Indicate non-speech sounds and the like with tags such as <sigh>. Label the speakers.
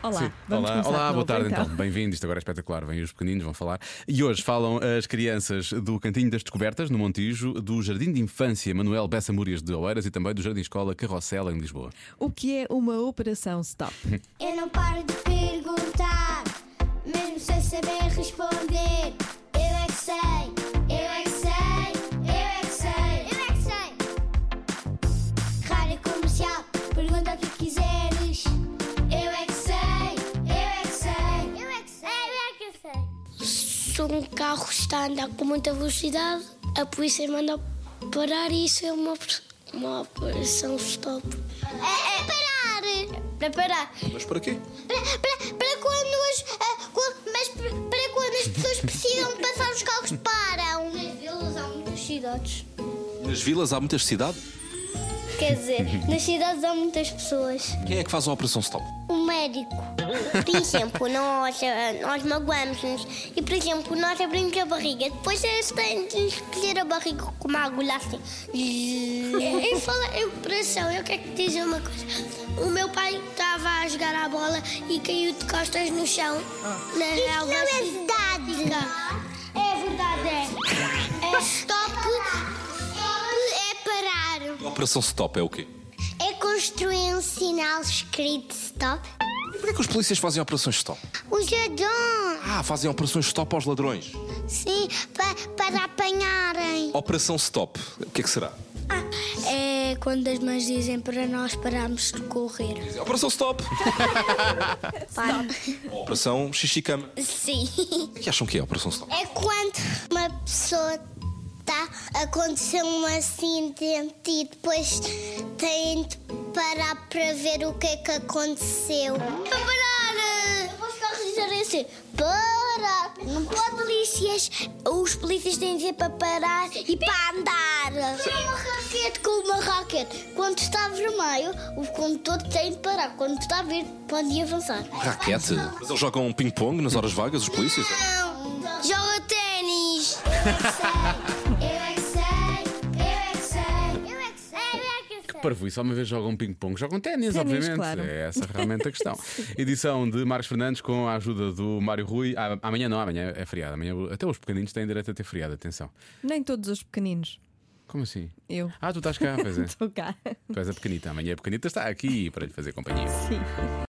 Speaker 1: Olá,
Speaker 2: Sim.
Speaker 1: vamos
Speaker 2: Olá,
Speaker 1: começar
Speaker 2: olá,
Speaker 1: de
Speaker 2: boa
Speaker 1: novo,
Speaker 2: tarde
Speaker 1: então.
Speaker 2: então. Bem-vindos, isto agora é espetacular. Vêm os pequeninos, vão falar. E hoje falam as crianças do Cantinho das Descobertas, no Montijo, do Jardim de Infância Manuel Bessa Múrias de Oeiras e também do Jardim Escola Carrossela, em Lisboa.
Speaker 1: O que é uma operação stop?
Speaker 3: Eu não paro de perguntar, mesmo sem saber responder. Eu é que sei, eu é que sei, eu é que sei, eu é que sei. Rádio comercial, pergunta o que quiseres. Eu é que sei, eu é que sei, eu é que sei, eu é que sei. Se um carro está a andar com muita velocidade, a polícia manda parar e isso é uma, uma operação stop. É, parar! Para parar.
Speaker 2: Mas para quê?
Speaker 3: Para, para- para quando as, ah, quando- mas para para quando as pessoas precisam de passar, os carros param. Nas vilas há muitas cidades.
Speaker 4: Nas vilas há muitas cidades.
Speaker 3: Quer dizer, nas cidades há muitas pessoas.
Speaker 4: Quem é que faz a operação stop?
Speaker 3: O um médico. Por exemplo, <laughs> nós, ah, nós magoamos-nos e, por exemplo, nós abrimos a barriga. Depois eles têm de nos colher a barriga com uma agulha assim. <laughs> Em falar em operação, eu quero te dizer uma coisa. O meu pai estava a jogar a bola e caiu de costas no chão. Na Isso não é verdade. É verdade, é. É stop. É parar.
Speaker 4: A operação stop é o quê?
Speaker 3: É construir um sinal escrito stop.
Speaker 4: E porquê é que os polícias fazem operações stop?
Speaker 3: Os ladrões,
Speaker 4: Ah, fazem operações stop aos ladrões.
Speaker 3: sim, pa- para apanharem.
Speaker 4: Operação stop. O que é que será?
Speaker 3: É quando as mães dizem para nós pararmos de correr.
Speaker 4: Dizem, operação stop. Ou operação xixicama.
Speaker 3: Sim. <laughs>
Speaker 4: O que é que acham que é a operação stop?
Speaker 3: É quando uma pessoa está aconteceu um acidente e depois tem de parar para ver o que é que aconteceu. Para parar! Os carros dizem assim, para! Não pode. Polícias, os polícias têm de dizer para parar e para andar. É uma raquete com uma raquete. Quando está vermelho, o condutor tem de parar. Quando está verde, pode avançar.
Speaker 4: Raquete. Mas eles jogam ping-pong nas horas vagas, os polícias? é?
Speaker 3: Não, joga ténis. Eu é que sei, eu é que sei, eu é que sei, eu é que sei.
Speaker 2: Parvo, e só uma vez jogam ping-pong, jogam ténis,
Speaker 1: Ténis,
Speaker 2: obviamente.
Speaker 1: claro.
Speaker 2: É essa realmente a
Speaker 1: <laughs>
Speaker 2: questão. Edição de Marcos Fernandes com a ajuda do Mário Rui. Ah, amanhã não, amanhã é feriado. Amanhã, até os pequeninos têm direito a ter feriado, atenção.
Speaker 1: Nem todos os pequeninos.
Speaker 2: Como assim?
Speaker 1: Eu. <laughs>
Speaker 2: Ah, tu estás cá, pois é.
Speaker 1: Estou cá.
Speaker 2: tu és a pequenita. Amanhã a pequenita está aqui para lhe fazer companhia.
Speaker 1: Sim.